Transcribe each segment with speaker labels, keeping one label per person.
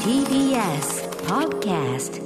Speaker 1: TBS Podcast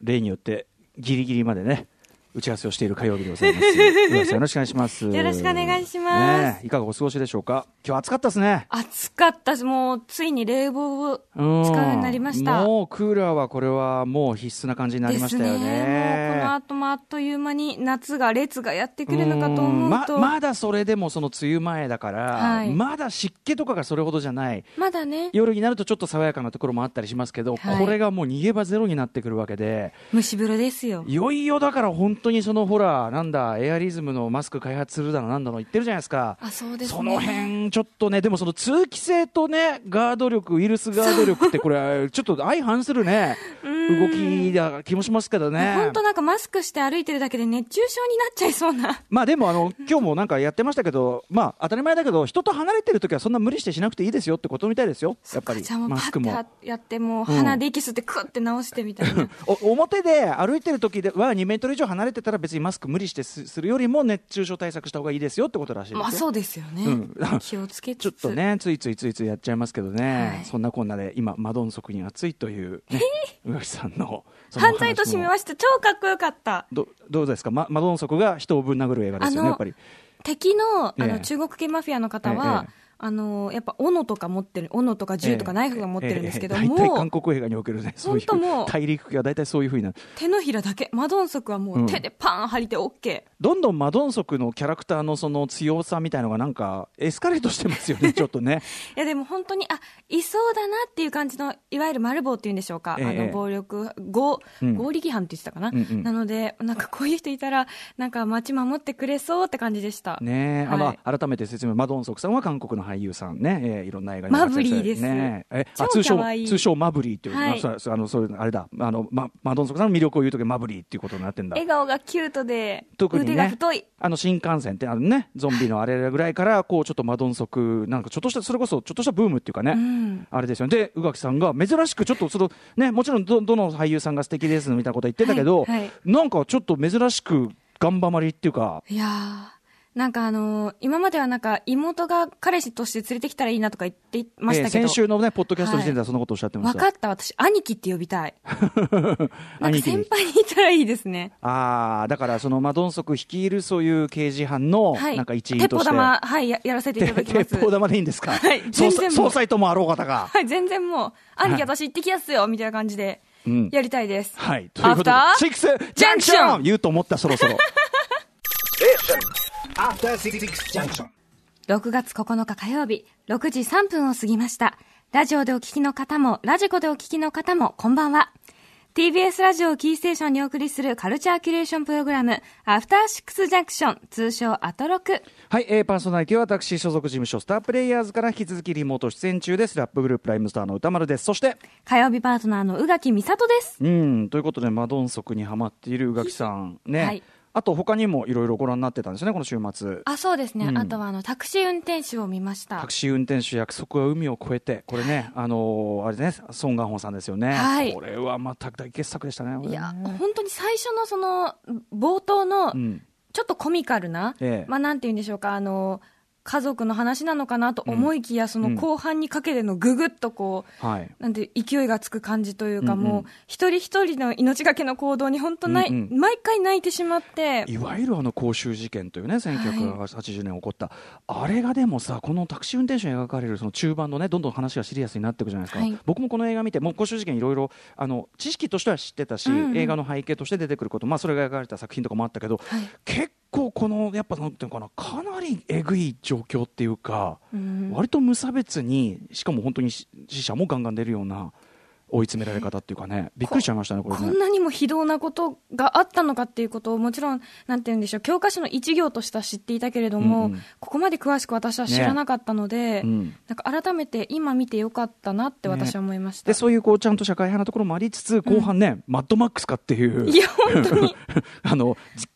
Speaker 2: 例によってギリギリまでね打ち合わせをしている火曜日で ございます上田さんよろしくお願いします
Speaker 3: よろしくお願いします
Speaker 2: ねえいかがお過ごしでしょうか今日暑かったですね
Speaker 3: 暑かったし、もうついに冷房を使うようになりました。
Speaker 2: うんもうクーラーはこれはもう必須な感じになりましたよね
Speaker 3: ですね。もうこの後もあっという間に夏が、列がやってくるのかと
Speaker 2: うん
Speaker 3: 思う
Speaker 2: ま
Speaker 3: と、
Speaker 2: まだそれでもその梅雨前だから、
Speaker 3: はい
Speaker 2: まだ湿気とかがそれほどじゃない
Speaker 3: まだね、
Speaker 2: 夜になるとちょっと爽やかなところもあったりしますけど、
Speaker 3: はい
Speaker 2: これがもう逃げ場ゼロになってくるわけで
Speaker 3: 蒸し風呂ですよ。
Speaker 2: いよいよだから本当にそのほらなんだエアリズムのマスク開発するだのなんだの言ってるじゃないですか
Speaker 3: あ、そうですね。
Speaker 2: その辺ちょっとねでもその通気性とねガード力ウイルスガード力って これちょっと相反するね動きだ気もしますけどね
Speaker 3: 本当なんかマスクして歩いてるだけで熱中症になっちゃいそうな。
Speaker 2: まあでもあの今日もなんかやってましたけどまあ当たり前だけど人と離れてる時はそんな無理してしなくていいですよってことみたいですよやっぱり
Speaker 3: じゃあもうパ
Speaker 2: マスクも
Speaker 3: ッ。てやって、もう鼻で息吸ってクッて直してみたいな。
Speaker 2: お表で歩いてる時では2メートル以上離れてたら別にマスク無理してすするよりも熱中症対策した方がいいですよってことらしいですよ
Speaker 3: まあそうですよね。
Speaker 2: うん
Speaker 3: 気をつけつつ。
Speaker 2: ちょっとね、ついついついついやっちゃいますけどね、
Speaker 3: はい
Speaker 2: そんなこんなで今、マドンソクに熱いという、ね、宇垣さんのそのお
Speaker 3: 犯
Speaker 2: 話も
Speaker 3: 罪としみまして、超かっこよかった。
Speaker 2: どどうですか、ま、マドンソクが人をぶん殴る映画ですよ
Speaker 3: あ
Speaker 2: ね、
Speaker 3: の
Speaker 2: やっぱり。
Speaker 3: 敵のあ
Speaker 2: ええ
Speaker 3: の中国系マフィアの方は、
Speaker 2: ええ
Speaker 3: あのやっぱ斧とか持ってる斧とか銃とかナイフが持ってるんですけど、
Speaker 2: ええええ大体
Speaker 3: も
Speaker 2: 韓
Speaker 3: う
Speaker 2: 国映画におけるね、そうい
Speaker 3: ほんとも
Speaker 2: う
Speaker 3: う
Speaker 2: 大陸が大体そういうふうになる、
Speaker 3: 手のひらだけマドンソクは
Speaker 2: う
Speaker 3: も
Speaker 2: ん
Speaker 3: う手でパン張りて OK、
Speaker 2: どんどんマドンソクのキャラクターのその強さみたいのが、なんかエスカレートしてま すよね、ちょっとね。
Speaker 3: いやでも本当にあいそうだなっていう感じのいわゆる丸棒っていうんでしょうか、
Speaker 2: ええ
Speaker 3: あの暴力合
Speaker 2: うん
Speaker 3: 合理規範って言ってたかな、
Speaker 2: んうん
Speaker 3: なのでなんかこういう人いたらなんか街守ってくれそうって感じでした、
Speaker 2: ね
Speaker 3: は
Speaker 2: え、
Speaker 3: い
Speaker 2: あまあ改めて説明マドンソクさんは韓国の俳優さんね、えーいろんな映画に
Speaker 3: マブリーです
Speaker 2: ねええあ
Speaker 3: 超
Speaker 2: 通称
Speaker 3: 可愛い
Speaker 2: 通称マブリーっていう、
Speaker 3: はい
Speaker 2: あそうあのそうあれだあの、ま、マドンソクさんの魅力を言うときはマブリーっていうことになってんだ
Speaker 3: 笑顔がキュートで、
Speaker 2: 特にね
Speaker 3: 腕が太い
Speaker 2: あの新幹線ってあのねゾンビのあれぐらいからこうちょっとマドンソクなんかちょっとしたそれこそちょっとしたブームっていうかね、
Speaker 3: ん
Speaker 2: あれですよねで宇垣さんが珍しくちょっとそのねもちろんどどの俳優さんが素敵ですみたいなこと言ってたけど、
Speaker 3: はいはい
Speaker 2: なんかちょっと珍しく頑張まりっていうか
Speaker 3: いやー、なんかあのー今まではなんか妹が彼氏として連れてきたらいいなとか言っていましたけど、
Speaker 2: えー先週のねポッドキャストの時点ではそんなことをおっしゃってました、
Speaker 3: 分かった私、兄貴って呼びたい。なんか
Speaker 2: 兄貴に
Speaker 3: 先輩にいたらいいですね。
Speaker 2: ああだからそのマドンソク率いるそういう刑事班の
Speaker 3: はい。
Speaker 2: なんか一員
Speaker 3: 鉄
Speaker 2: と
Speaker 3: 砲
Speaker 2: して、
Speaker 3: 玉、はい、ややらせていただきます。
Speaker 2: 鉄砲玉でいいんです か、
Speaker 3: はい
Speaker 2: 総
Speaker 3: 全
Speaker 2: 裁
Speaker 3: 然もう
Speaker 2: 総裁ともあろう方が
Speaker 3: はい、全然もう、兄貴私行ってきやすよ、みたいな感じで
Speaker 2: うん、
Speaker 3: やりたいです。
Speaker 2: はいという
Speaker 3: ア
Speaker 2: こ
Speaker 3: フ
Speaker 2: とで
Speaker 3: タ
Speaker 2: シ
Speaker 3: ー
Speaker 2: ックスジャンクシ
Speaker 3: ジャンクシ
Speaker 2: ョ
Speaker 3: ョ
Speaker 2: ン
Speaker 3: ン
Speaker 2: 言うと思ったそろそ ろ
Speaker 4: After Six Junction.
Speaker 3: ?6 月9日火曜日、6時3分を過ぎました。ラジオでお聞きの方も、ラジコでお聞きの方も、こんばんは。TBS ラジオをキーステーションにお送りするカルチャーキュレーションプログラム、アフターシックスジャンクション、通称アトロク。
Speaker 2: はい、えーパーソナリティは私所属事務所スタープレイヤーズから引き続きリモート出演中ですラップグループライムスターの歌丸ですそして
Speaker 3: 火曜日パートナーの宇垣美里です。
Speaker 2: うんということでマドンソクにはまっている宇垣さんね、
Speaker 3: はい
Speaker 2: あと他にもいろいろご覧になってたんですよねこの週末
Speaker 3: あ、そうですね。
Speaker 2: うん
Speaker 3: あとは、あの、タクシー運転手を見ました
Speaker 2: タク。シー運転手約束は海を越えてこれね、あのーあれねソン・ガンホンさんですよね、
Speaker 3: はい
Speaker 2: これはまた大傑作でしたねこ
Speaker 3: い
Speaker 2: れね
Speaker 3: や、本当に最初のその、冒頭の
Speaker 2: う、ん、
Speaker 3: ちょっとコミカルな、
Speaker 2: ええ
Speaker 3: まあ、なんて言うんでしょうか、あの、家族の話なのかなと思いきや、その後半にかけてのぐぐっとこう、
Speaker 2: はい
Speaker 3: なんていう勢いがつく感じというか、
Speaker 2: うんうん
Speaker 3: もう一人一人の命がけの行動に本当ない、
Speaker 2: うんう
Speaker 3: 毎回泣いてしまって、
Speaker 2: いわゆるあの公衆事件というね1980年起こった、あれがでもさこのタクシー運転手に描かれるその中盤のねどんどん話がシリアスになっていくじゃないですか、
Speaker 3: はい
Speaker 2: 僕もこの映画見てもう公衆事件いろいろあの知識としては知ってたし、
Speaker 3: うんうん
Speaker 2: 映画の背景として出てくること、まあ、それが描かれた作品とかもあったけど、
Speaker 3: はい
Speaker 2: 結構このやっぱなんていうのかなかなりえぐい状況っていうか、
Speaker 3: うん
Speaker 2: 割と無差別にしかも本当に死死者もガンガン出るような追い詰められ方っていうかねびっくりしちゃいましたねこれ
Speaker 3: こ
Speaker 2: ね
Speaker 3: ん。なにも非道なことがあったのかっていうことを、もちろん、なんて言うんでしょう、教科書の一行としては知っていたけれども、
Speaker 2: うんうん
Speaker 3: ここまで詳しく私は知らなかったので、
Speaker 2: うん
Speaker 3: なんか改めて今見てよかったなって私は思いました。
Speaker 2: でそういうこうちゃんと社会派なところもありつつ後半ね、マッドマックスかっていう
Speaker 3: いや、本当に。
Speaker 2: あのじ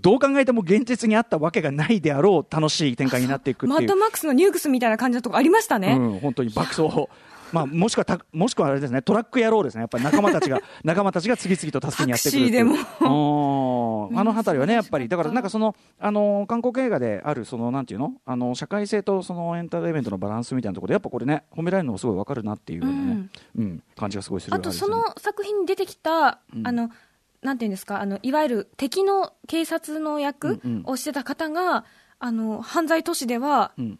Speaker 2: どう考えても現実にあったわけがないであろう楽しい展開になっていくって
Speaker 3: マ
Speaker 2: い
Speaker 3: ッ
Speaker 2: う
Speaker 3: ドマックスのニュークスみたいな感じのとこありましたね。
Speaker 2: うん、本当に爆走まあ、もしくはた、もしくはあれですね、トラック野郎ですね、やっぱり仲間た ちが、仲間たちが次々と助けにやってくるってい
Speaker 3: タ
Speaker 2: う。
Speaker 3: クシーで
Speaker 2: も。あの辺りはね、やっぱり、だから、なんか、その、あの、韓国映画である、その、なんていうの、あの、社会性と、その、エンターテインメントのバランスみたいなところで、やっぱ、これね、褒められるのもすごいわかるなっていうようなね、うん、感じがすごいする。
Speaker 3: あとその作品に出てきた、
Speaker 2: ん
Speaker 3: あのなんていうんですかあのいわゆる敵の警察の役
Speaker 2: うんうん
Speaker 3: をしてた方が、あの犯罪都市では
Speaker 2: うん、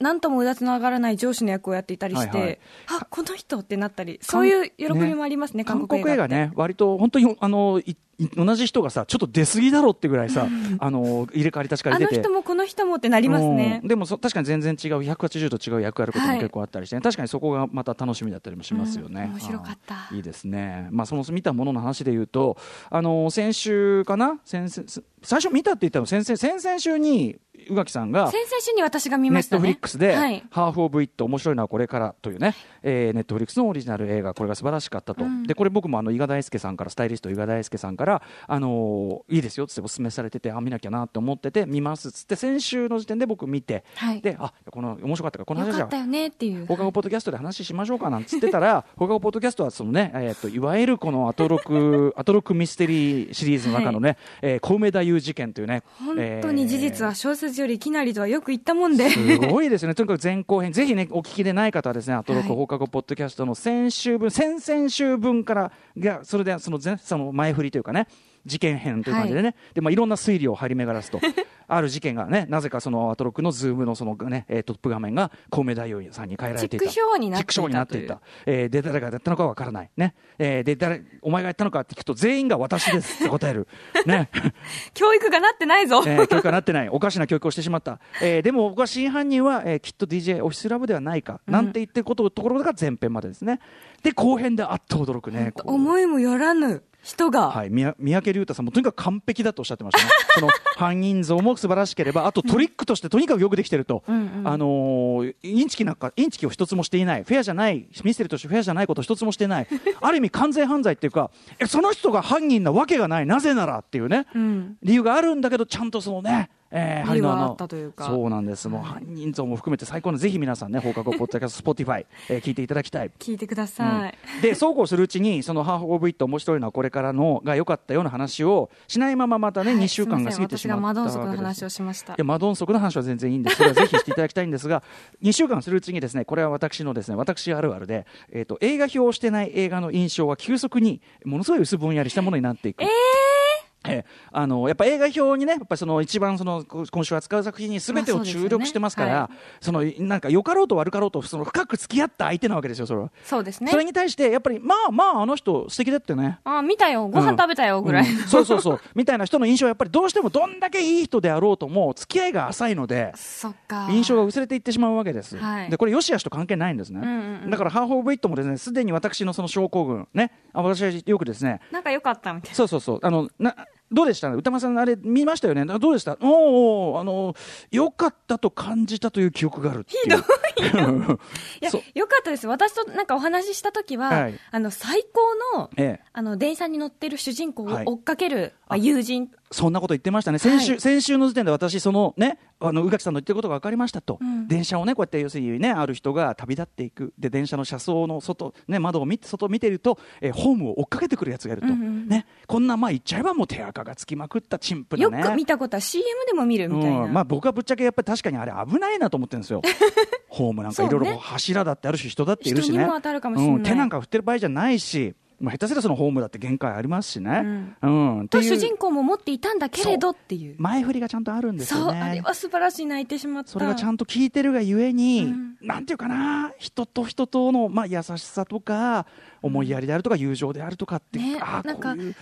Speaker 3: 何ともうだつの上がらない上司の役をやっていたりして、
Speaker 2: はいはい
Speaker 3: あこの人ってなったりそういう喜びもありますね韓
Speaker 2: 韓
Speaker 3: 国
Speaker 2: 国
Speaker 3: 映
Speaker 2: 映
Speaker 3: 画
Speaker 2: 画
Speaker 3: って
Speaker 2: ね、割と本当にあのいい同じ人がさ、ちょっと出過ぎだろってぐらいさ、あの入れ替わり立ち替わ
Speaker 3: あ
Speaker 2: り出
Speaker 3: の
Speaker 2: て
Speaker 3: 人。もこの人もってなりますね
Speaker 2: うん、でもそ確かに全然違う180度違う役やることも
Speaker 3: はい
Speaker 2: 結構あったりして、確かにそこがまた楽しみだったりもしますよね、
Speaker 3: うん面白かった
Speaker 2: あーいいですねまあその見たものの話で言うとあの先週かな先々最初見たって言ったの先々先々週に宇垣さんが
Speaker 3: 先々週に私が見
Speaker 2: ネ
Speaker 3: ま
Speaker 2: ッ
Speaker 3: した
Speaker 2: ト
Speaker 3: ね
Speaker 2: フリックスで、
Speaker 3: はい、
Speaker 2: ハーフ・オブ・イット、面白いのはこれからというね、えーネットフリックスのオリジナル映画、これが素晴らしかったと、
Speaker 3: うん
Speaker 2: でこれ、僕もあの伊賀大輔さんから、スタイリスト、伊賀大輔さんから、あのーいいですよっつってお勧めされてて、あ見なきゃなって思ってて、見ますっつって、先週の時点で僕見て、
Speaker 3: はい
Speaker 2: であこの面白かったから、この
Speaker 3: よ
Speaker 2: 話
Speaker 3: か
Speaker 2: じゃ
Speaker 3: ったよねっていう
Speaker 2: 放課後ポッドキャストで話しましょうかなんつって たら、放課後ポッドキャストはそのね、えーっといわゆるこのアトロクアトロクミステリーシリーズの中のね、えー小梅太夫事件というね、
Speaker 3: 本当に事実
Speaker 2: は
Speaker 3: は小説よりいきなりとはよく言ったもんで
Speaker 2: すごいですよね、とにかく前後編、ぜひね、お聞きでない方はですね、アトロク放課後ポッドキャストの先週分、先々週分から、がそれでその前その前振りというかね、事件編という感じでね、いでまあ、いろんな推理を張り巡らすと、 ある事件がね、なぜかそのアトロクのズームのその、ねえートップ画面が、コメ太夫さんに変えられていた。
Speaker 3: チェック表になっていた
Speaker 2: チェック表になっていた。えーで、誰がやったのかわからない。ね。えーで、誰、お前がやったのかって聞くと、全員が私ですって答える。ね。
Speaker 3: 教育がなってないぞ、
Speaker 2: えー教育はなってない、おかしな教育をしてしまった、えーでも僕は真犯人は、えーきっと DJ オフィスラブではないか、なんて言ってることところが前編までですね、で後編であっと驚くね、こう
Speaker 3: 思いもよらぬ人が、
Speaker 2: はい、宮三宅龍太さんもとにかく完璧だとおっしゃってま したね、その犯人像も素晴らしければ、あとトリックとしてとにかくよくできてると、
Speaker 3: んうん
Speaker 2: あのーインチキなんか、インチキを一つもしていない、フェアじゃない、ミステリーとしてフェアじゃないことを一つもし てない、ある意味、完全犯罪っていうか、えその人が犯人なわけがない、なぜならっていうね。
Speaker 3: うん、
Speaker 2: 理由があるんだけどちゃんとそのね、えー、
Speaker 3: 理由
Speaker 2: 針
Speaker 3: が
Speaker 2: の穴を
Speaker 3: あったというか
Speaker 2: そうなんですもう犯人像も含めて最高のぜひ皆さんね放課後ポッドキャストスポティファイ、えー聞いていただきたい。
Speaker 3: 聞いてください、
Speaker 2: うんでそうこうするうちにその「ハーフ・オブ・イット」面白いのはこれからのが良かったような話をしないまままたね、
Speaker 3: はい
Speaker 2: 2週間が過ぎてしまったわけです
Speaker 3: すいません私がマドンソクの話をしました
Speaker 2: いやマドンソクの話は全然いいんですそれはぜひしていただきたいんですが 2週間するうちにですねこれは私のですね私あるあるで、えー、と映画表をしてない映画の印象は急速にものすごい薄ぼんやりしたものになっていく。ええあのやっぱ映画表にね、やっぱその一番そのこ今週扱う作品にすべて
Speaker 3: ま
Speaker 2: を
Speaker 3: あそうですよね
Speaker 2: 注力してますから、
Speaker 3: は
Speaker 2: そのなんか良かろうと悪かろうとその深く付き合った相手なわけですよ、それは。
Speaker 3: そうですね
Speaker 2: それに対してやっぱりまあまああの人素敵だってね。
Speaker 3: あ見たよご飯食べたよぐらい、
Speaker 2: うんそうそうそうみたいな人の印象はやっぱりどうしてもどんだけいい人であろうとも付き合いが浅いので
Speaker 3: そっか
Speaker 2: 印象が薄れていってしまうわけです、
Speaker 3: はい
Speaker 2: でこれよし悪しと関係ないんですね、
Speaker 3: うんうんうん
Speaker 2: だからハーフ・オブ・イットもですねすでに私のその症候群ねあ私はよくですね
Speaker 3: なんか良かったみたい
Speaker 2: そうそうそう。あの、な、どうでした歌間さん、あれ見ましたよね。などうでしたおーおーあの、良かったと感じたという記憶があるっていう。ひど
Speaker 3: ない
Speaker 2: そう
Speaker 3: や良かったです私となんかお話しした時は、
Speaker 2: はい
Speaker 3: あの最高の、
Speaker 2: ええ
Speaker 3: あの電車に乗ってる主人公を
Speaker 2: はい
Speaker 3: 追っかける、まあ友人
Speaker 2: そんなこと言ってましたね。先週、
Speaker 3: はい
Speaker 2: 先週の時点で私、そのね、あの、宇垣さんの言ってることが分かりましたと。
Speaker 3: うん
Speaker 2: 電車をね、こうやって、要するにね、ある人が旅立っていく。で、電車の車窓の外、ね、窓を見て、外を見てると、えーホームを追っかけてくるやつがいると。
Speaker 3: うんうん
Speaker 2: ね、こんな、まあ言っちゃえばもう手垢がつきまくった陳腐な
Speaker 3: よ
Speaker 2: ね。
Speaker 3: く見たことは CM でも見るみたいな、
Speaker 2: うん、まあ僕はぶっちゃけやっぱり確かにあれ危ないなと思ってる んですよホームなんかいろ
Speaker 3: そ
Speaker 2: い
Speaker 3: う
Speaker 2: ろ
Speaker 3: ね
Speaker 2: 柱だってあるし人だっているしね
Speaker 3: 人にも当たるかもしれない
Speaker 2: うん、手なんか振ってる場合じゃないし、まあ、下手すりゃそのホームだって限界ありますしね、うんって
Speaker 3: と
Speaker 2: いう
Speaker 3: 主人公も持っていたんだけれどっていう
Speaker 2: 前振りがちゃんとあるんです
Speaker 3: そう
Speaker 2: よ
Speaker 3: あれ
Speaker 2: ね
Speaker 3: は素晴らしい泣いてしまった
Speaker 2: それがちゃんと聞いてるがゆえに、
Speaker 3: うん
Speaker 2: なんていうかな人と人との、まあ、優しさとか思いやりであるとか友情であるとかって、
Speaker 3: ね
Speaker 2: ああ
Speaker 3: なんか
Speaker 2: こういう、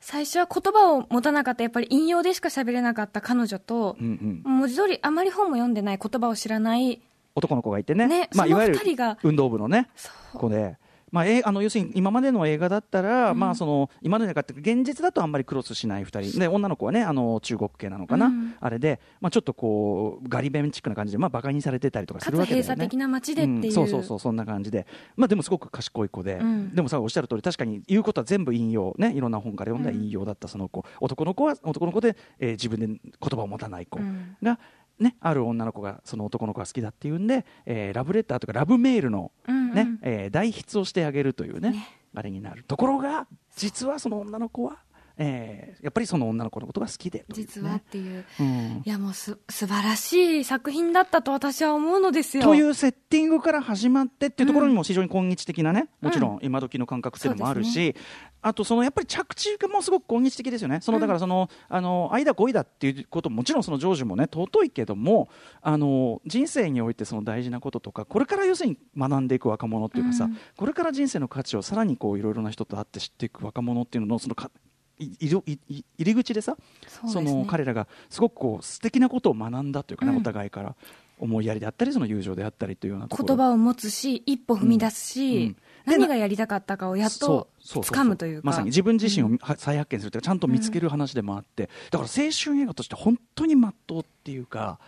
Speaker 3: 最初は言葉を持たなかったやっぱり引用でしか喋れなかった彼女と
Speaker 2: う、んうん、
Speaker 3: 文字通りあまり本も読んでない言葉を知らない
Speaker 2: 男の子がいてね
Speaker 3: ね
Speaker 2: ま
Speaker 3: そ
Speaker 2: あ、い
Speaker 3: の
Speaker 2: わゆ
Speaker 3: 二人が
Speaker 2: る運動部のね
Speaker 3: そう
Speaker 2: 子で、まあ、えあの要するに今までの映画だったら、まあ、その今までの映画って現実だとあんまりクロスしない2人で女の子はねあの中国系なのかな、
Speaker 3: うん
Speaker 2: あれで、まあ、ちょっとこうガリベンチックな感じで、まあ、バカにされてたりとか
Speaker 3: か
Speaker 2: す
Speaker 3: つ
Speaker 2: るわけ
Speaker 3: 閉
Speaker 2: ですよ
Speaker 3: 鎖
Speaker 2: ね
Speaker 3: 的。な街でっていう、
Speaker 2: んそうそうそうそんな感じで、まあ、でもすごく賢い子で、
Speaker 3: うん
Speaker 2: でもさおっしゃる通り確かに言うことは全部引用ねいろんな本から読んだ引用だったその子、男の子は男の子で、えー自分で言葉を持たない子
Speaker 3: うん
Speaker 2: が、ねある女の子がその男の子が好きだっていうんで、えーラブレターとかラブメールの
Speaker 3: うんうん
Speaker 2: ねえー代筆をしてあげるというねあれになるところが実はその女の子は、えーやっぱりその女の子のことが好きでというね
Speaker 3: 実はっていう。
Speaker 2: うん
Speaker 3: いやもうす素晴らしい作品だったと私は思うのですよ。
Speaker 2: というセッティングから始まってっていうところにも非常に今日的なね、
Speaker 3: うん
Speaker 2: もちろん今時の感覚っていうのもある
Speaker 3: そう
Speaker 2: し、あとそのやっぱり着地もすごく今日的ですよねそのだからその,、あの愛だ恋だっていうことももちろんその成就もね尊いけどもあの人生においてその大事なこととかこれから要するに学んでいく若者っていうかさ、
Speaker 3: うん
Speaker 2: これから人生の価値をさらにこういろいろな人と会って知っていく若者っていうののそのかいいろいい入り口でさ
Speaker 3: そうです
Speaker 2: そ
Speaker 3: ね
Speaker 2: の彼らがすごくこう素敵なことを学んだというかね、
Speaker 3: うん
Speaker 2: お互いから思いやりであったりその友情であったりというようなところ
Speaker 3: 言葉を持つし、一歩踏み出す
Speaker 2: うんうん
Speaker 3: し
Speaker 2: で、
Speaker 3: 何がやりたかったかをやっと
Speaker 2: そうそうそう
Speaker 3: 掴むというか。
Speaker 2: まさに自分自身をは再発見するというかちゃんと見つける話でもあって、だから青春映画として本当にまっとうっていうか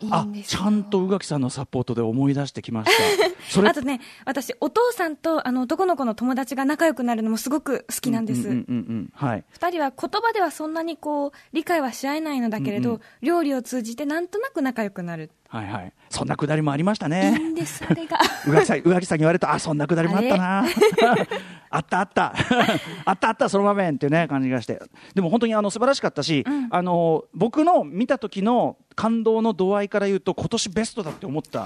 Speaker 3: いい
Speaker 2: あ
Speaker 3: んです
Speaker 2: ち
Speaker 3: よ
Speaker 2: ゃんと宇垣さんのサポートで思い出してきました それ
Speaker 3: あとね、私、お父さんとあの男の子の友達が仲良くなるのもすごく好きなんです。
Speaker 2: うんうんうんうんはい
Speaker 3: 二人は言葉ではそんなにこう理解はし合えないのだけれど、
Speaker 2: うんうん
Speaker 3: 料理を通じてなんとなく仲良くなる、
Speaker 2: はいはいそんなくだりもありました
Speaker 3: いい
Speaker 2: ね
Speaker 3: んですそれ が
Speaker 2: 宇垣さん宇垣さんに言われるとあそんなくだりもあったな あったあった あったあったその場面っていうね感じがしてでも本当にあの素晴らしかったし、
Speaker 3: うん
Speaker 2: あの僕の見た時の感動の度合いから言うと今年ベストだって思った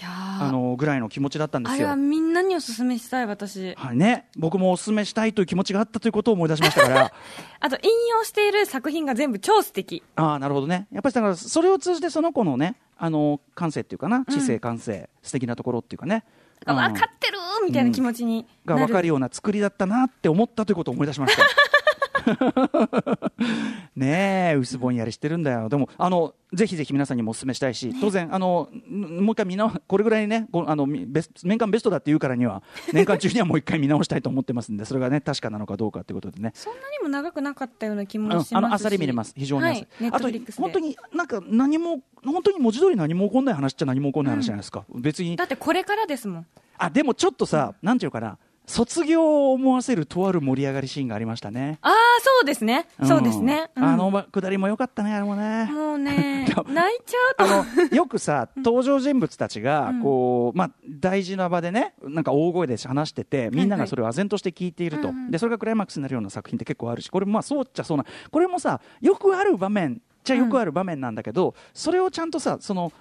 Speaker 3: いや
Speaker 2: あ
Speaker 3: あ
Speaker 2: のぐらいの気持ちだったんで
Speaker 3: あ
Speaker 2: す
Speaker 3: れ
Speaker 2: よ
Speaker 3: は。みんなにおすすめしたい私
Speaker 2: はいね、僕もお勧めしたいという気持ちがあったということを思い出しました から、
Speaker 3: あと引用している作品が全部超素敵
Speaker 2: ああ、なるほどね、やっぱりだから、それを通じて、その子のね、あの感性っていうかな、知性、感性、素敵なところっていうかね、
Speaker 3: 分
Speaker 2: うん
Speaker 3: かってるみたいな気持ちにな
Speaker 2: が
Speaker 3: る、
Speaker 2: 分かるような作りだったなって思ったということを思い出し ました。ねえ薄ぼんやりしてるんだよ、でもあのぜひぜひ皆さんにもお勧めしたいし、当然、あのんもう一回見直これぐらいね、ごあのみベス年間ベストだって言うか らには、年間中にはもう一回見直したいと思ってますんで、それがね、確かなのかどうかということでね、
Speaker 3: そんなにも長くなかったような気もし
Speaker 2: う
Speaker 3: ま
Speaker 2: ん
Speaker 3: すし、
Speaker 2: あのあっさり見れます、非常に、
Speaker 3: はい、ネッ
Speaker 2: あ
Speaker 3: ト
Speaker 2: と
Speaker 3: フリックスで
Speaker 2: 本当になんか何も、本当に文字通り何も起こんない話っちゃ何も起こんない話じゃないですか、別に
Speaker 3: だってこれからですもん
Speaker 2: あでもちょっとさ、なんていうかな、卒業を思わせるとある盛り上がりシーンがありましたね。
Speaker 3: ああそうですね、
Speaker 2: ん
Speaker 3: そうですね、うん
Speaker 2: あのま下りも良かったね、あれもね。
Speaker 3: もう ね泣いちゃうと
Speaker 2: あのよくさ、登場人物たちが
Speaker 3: うん
Speaker 2: こう、まあ、大事な場でね、なんか大声で話してて、みんながそれを唖然として聞いていると、
Speaker 3: うんうん
Speaker 2: でそれがクライマックスになるような作品って結構あるし、これもまあそうっちゃそうな、これもさ、よくある場面じゃよくある場面なんだけど、それをちゃんとさ、その。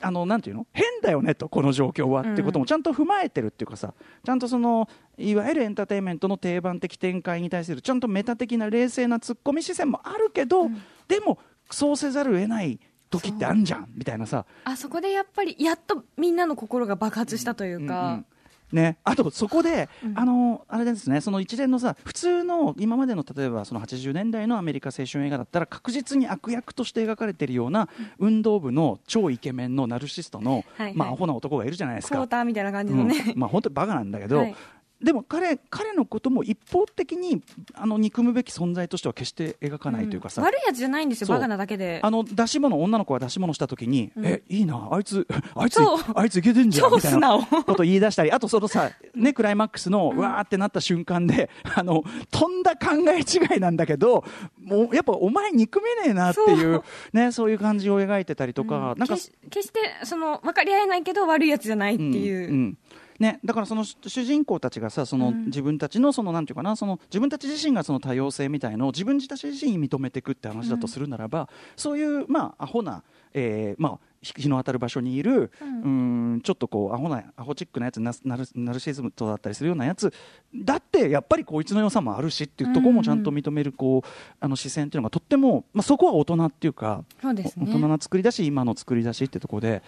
Speaker 2: あのなんていうの変だよねとこの状況はってこともちゃんと踏まえてるっていうかさちゃんとそのいわゆるエンターテインメントの定番的展開に対するちゃんとメタ的な冷静なツッコミ視線もあるけど、でもそうせざるを得ない時ってあんじゃんみたいなさ
Speaker 3: あそこでやっぱりやっとみんなの心が爆発したという
Speaker 2: うんう
Speaker 3: か
Speaker 2: ん、ね、あとそこで、
Speaker 3: うん
Speaker 2: あのあれですねその一連のさ普通の今までの例えばその80年代のアメリカ青春映画だったら確実に悪役として描かれているような運動部の超イケメンのナルシストの、
Speaker 3: はいはい
Speaker 2: まあアホな男がいるじゃないです
Speaker 3: クォ
Speaker 2: か
Speaker 3: ー。ターみたいな感じのね、
Speaker 2: うんまあ本当にバカなんだけど、
Speaker 3: はい
Speaker 2: でも彼彼のことも一方的にあの憎むべき存在としては決して描かないというかさ、
Speaker 3: うん悪いやつじゃないんですよ
Speaker 2: そう
Speaker 3: バカなだけで
Speaker 2: あの出し物女の子が出し物した時に、
Speaker 3: うん
Speaker 2: えいいなあいつあいつ
Speaker 3: そう
Speaker 2: あいついけてんじゃん
Speaker 3: 超
Speaker 2: みたい
Speaker 3: 素
Speaker 2: な
Speaker 3: 直
Speaker 2: こと言い出したりあとそのさねクライマックスのうわーってなった瞬間で、あのとんだ考え違いなんだけどもうやっぱお前憎めねえなっていう
Speaker 3: そう
Speaker 2: ねそういう感じを描いてたりとか、なんか
Speaker 3: 決し決してその分かり合えないけど悪いやつじゃないっていう、
Speaker 2: んんね、だからその主主人公たちがさその、
Speaker 3: うん
Speaker 2: 自分たちのそのなんていうかなその自分たち自身がその多様性みたいのを自分たち自身に認めていくって話だとするならば、そういうまあアホな、えーまあひ日の当たる場所にいる、う
Speaker 3: う
Speaker 2: ー
Speaker 3: ん
Speaker 2: ん、ちょっとこうアホなアホチックなやつナスナルナルシズムとだったりするようなやつだってやっぱりこいつの良さもあるしっていうところもちゃんと認めるこうあの視線っていうのがとっても、まあ、そこは大人っていうか、
Speaker 3: そうですね
Speaker 2: 大人な作り出し今の作り出しってとこで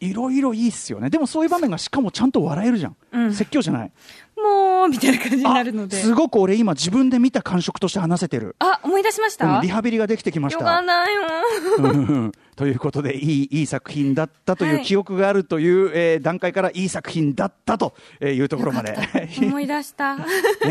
Speaker 2: いろいろいいっすよねでもそういう場面がしかもちゃんと笑えるじゃん、
Speaker 3: うん
Speaker 2: 説教じゃない
Speaker 3: もうみたいな感じになるので
Speaker 2: すごく俺今自分で見た感触として話せてる、
Speaker 3: あ思い出しまし
Speaker 2: う
Speaker 3: た
Speaker 2: んリハビリができてきまし
Speaker 3: よが
Speaker 2: た
Speaker 3: ないよ
Speaker 2: うんということでいいいい作品だったとい
Speaker 3: は
Speaker 2: う
Speaker 3: い
Speaker 2: 記憶があるという、えー段階からいい作品だったというところまで
Speaker 3: 思い出した
Speaker 2: ね、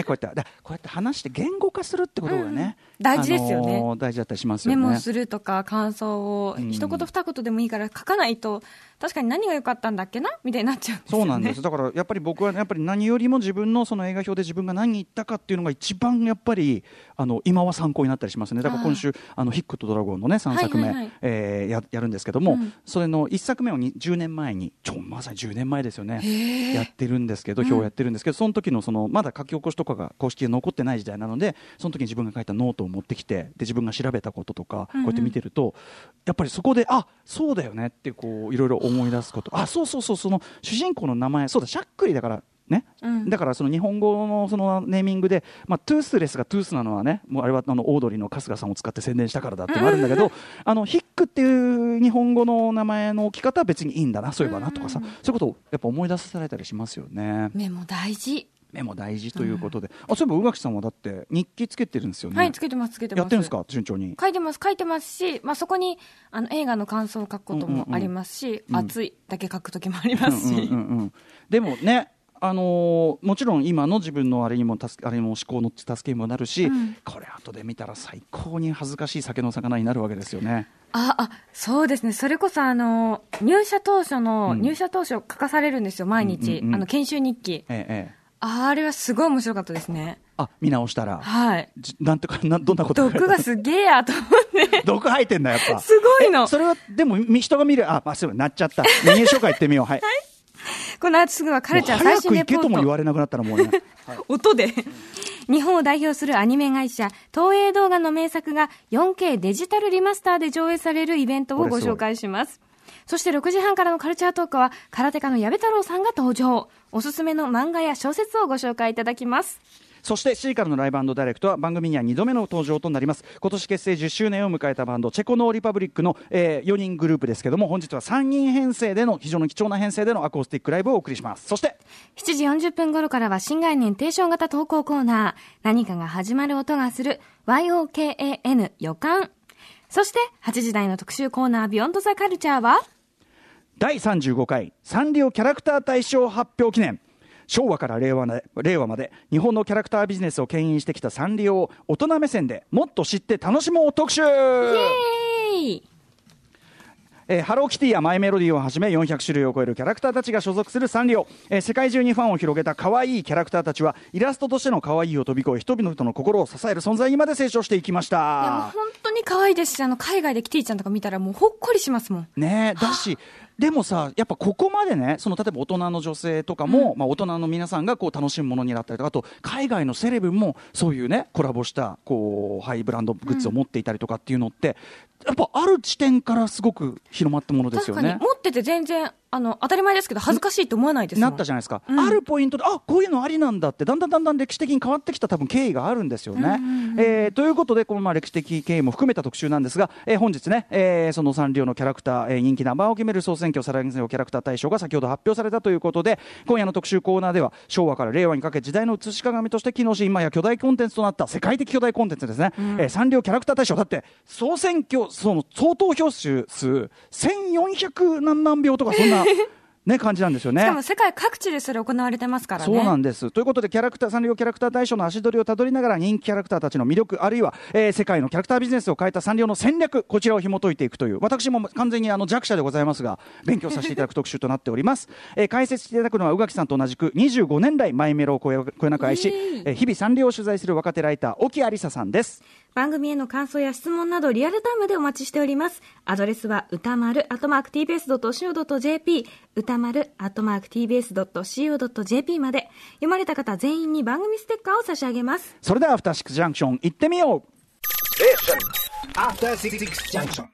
Speaker 2: こうやってだこうやって話して言語化するってことがね、
Speaker 3: うん大事ですよね
Speaker 2: あのー大事だったりしますよ
Speaker 3: メ
Speaker 2: ね
Speaker 3: モするとか感想を
Speaker 2: うん
Speaker 3: 一言二言でもいいから書かないと確かに何が良かったんだっけなみたいになっちゃうんですよ ね
Speaker 2: そうなんですだからやっぱり僕はやっぱり何よりも自分のその映画表で自分が何言ったかっていうのが一番やっぱりあの今は参考になったりしますねだから今週あのヒックとドラゴンのね3作目、
Speaker 3: はいはいはい
Speaker 2: えーややるんですけども、
Speaker 3: うん
Speaker 2: それの1作目をに10年前にちょまさに10年前ですよ
Speaker 3: へ
Speaker 2: ね
Speaker 3: え
Speaker 2: やってるんですけど
Speaker 3: うん
Speaker 2: 表をやってるんですけど、その時のそのまだ書き起こしとかが公式で残ってない時代なのでその時に自分が書いたノートを持ってきてで自分が調べたこととか
Speaker 3: うんうん
Speaker 2: こうやって見てると、やっぱりそこであそうだよねってこういろいろ思い出すことあそうそうそうその主人公の名前そうだしゃっくりだからね
Speaker 3: うん
Speaker 2: だからその日本語のそのネーミングで、まあ、トゥースレスがトゥースなのはねもうあれはあのオードリーの春日さんを使って宣伝したからだってのあるんだ けどあのヒックっていう日本語の名前の置き方は別にいいんだなそういえばなとかさ、
Speaker 3: うん
Speaker 2: そういうことをやっぱ思い出させられたりしますよね
Speaker 3: 目も大事。
Speaker 2: 目も大事ということで、あそういえば宇垣さんはだって日記つけてるんですよね、
Speaker 3: はい、つけてます、つけてます。
Speaker 2: やってるんですか順調に
Speaker 3: 書いてます、書いてますし、まあ、そこにあの映画の感想を書くこともありますし、
Speaker 2: うんうんうん
Speaker 3: 熱いだけ書くときもありますし、
Speaker 2: うんうんうんうんでもね、あのーもちろん今の自分のあれにも助けあれも思考の助けにもなるし、
Speaker 3: うん
Speaker 2: これ後で見たら最高に恥ずかしい酒の魚になるわけですよね。
Speaker 3: ああそうですね、それこそあの入社当初の、
Speaker 2: うん
Speaker 3: 入社当初、書かされるんですよ、毎日、
Speaker 2: うんうんうん
Speaker 3: あの研修日記、
Speaker 2: ええええ、
Speaker 3: あれはすごい面白かったですね、
Speaker 2: あ見直したら、
Speaker 3: はい、
Speaker 2: じなんとか などんなこと
Speaker 3: 毒がすげえやと思って、
Speaker 2: 毒入ってんだやっぱ。
Speaker 3: すごいの、
Speaker 2: それはでもみ人が見るあまあすいませんなっちゃ ったメニュー紹介行ってみようはい。
Speaker 3: この後すぐはカルチャー
Speaker 2: もう
Speaker 3: 最
Speaker 2: 早
Speaker 3: 新
Speaker 2: く
Speaker 3: レ
Speaker 2: 行
Speaker 3: ポ
Speaker 2: けとも
Speaker 3: ー
Speaker 2: 言
Speaker 3: ト。
Speaker 2: われなくなったらもうね。
Speaker 3: 音で日本を代表するアニメ会社東映動画の名作が 4K デジタルリマスターで上映されるイベントをご紹介しますそして6時半からのカルチャートークは空手家の矢部太郎さんが登場おすすめの漫画や小説をご紹介いただきます
Speaker 2: そしてシーカルのライブダイレクトは番組には2度目の登場となります今年結成10周年を迎えたバンドチェコノーリパブリックの、え4人グループですけども本日は3人編成での非常に貴重な編成でのアコースティックライブをお送りしますそして
Speaker 3: 7時40分頃からは新概念提唱型投稿コーナー何かが始まる音がする YOKAN 予感そして8時台の特集コーナービヨンドザカルチャーは
Speaker 2: 第35回サンリオキャラクター大賞発表記念昭和から令和な令和まで日本のキャラクタービジネスを牽引してきたサンリオを大人目線でもっと知って楽しもう特集
Speaker 3: イエーイ
Speaker 2: えーハローキティやマイメロディーをはじめ400種類を超えるキャラクターたちが所属するサンリオ、えー世界中にファンを広げた可愛いキャラクターたちはイラストとしての可愛いを飛び越え人々の心を支える存在にまで成長していきまし
Speaker 3: いやもう
Speaker 2: た
Speaker 3: 本当に可愛いですし、あの海外でキティちゃんとか見たら、もうほっこりしますもん。
Speaker 2: ねえだしでもさやっぱここまでねその例えば大人の女性とかも、まあ、大人の皆さんがこう楽しむものになったりとかあと海外のセレブもそういうねコラボしたこうハイブランドグッズを持っていたりとかっていうのって、やっぱある地点からすごく広まったものです
Speaker 3: 確
Speaker 2: よ
Speaker 3: かに、
Speaker 2: ね。
Speaker 3: 持ってて全然、あの、当たり前ですけど、恥ずかしいと思わないですも
Speaker 2: なんったじゃないですか、
Speaker 3: うん
Speaker 2: あるポイントであこういうのありなんだってだんだんだんだん歴史的に変わってきた多分経緯があるんですよね。えーということでこのまあ歴史的経緯も含めた特集なんですが、えー本日ね、えーそのサンリオのキャラクター、えー人気ナンバーワンを決める総選挙サラリーオキャラクター大賞が先ほど発表されたということで今夜の特集コーナーでは昭和から令和にかけ時代の映し鏡として機能し今や巨大コンテンツとなった世界的巨大コンテンツですね、えーサンリオキャラクター大賞だって総選挙その総投票数数1400何万票とか そんな、ね、感じなんですよね。
Speaker 3: しかも世界各地でそれ行われてますからね。
Speaker 2: そうなんです。ということで、キャラクター、サンリオキャラクター大賞の足取りをたどりながら、人気キャラクターたちの魅力、あるいは、えー世界のキャラクタービジネスを変えたサンリオの戦略、こちらを紐解いていくという、私も完全にあの弱者でございますが、勉強させていただく特集となっております。 えー解説していただくのは、宇垣さんと同じく、25年来、マイメロをこえこえなく愛し、
Speaker 3: イエー
Speaker 2: えー日々サンリオを取材する若手ライター、沖有沙さんです。
Speaker 3: 番組への感想や質問などリアルタイムでお待ちしております。アドレスは歌丸、アットマーク tbs.co.jp、歌丸、アットマーク tbs.co.jp まで、読まれた方全員に番組ステッカーを差し上げます。
Speaker 2: それでは、アフターシックスジャンクション、行ってみよう
Speaker 4: After Six Junction.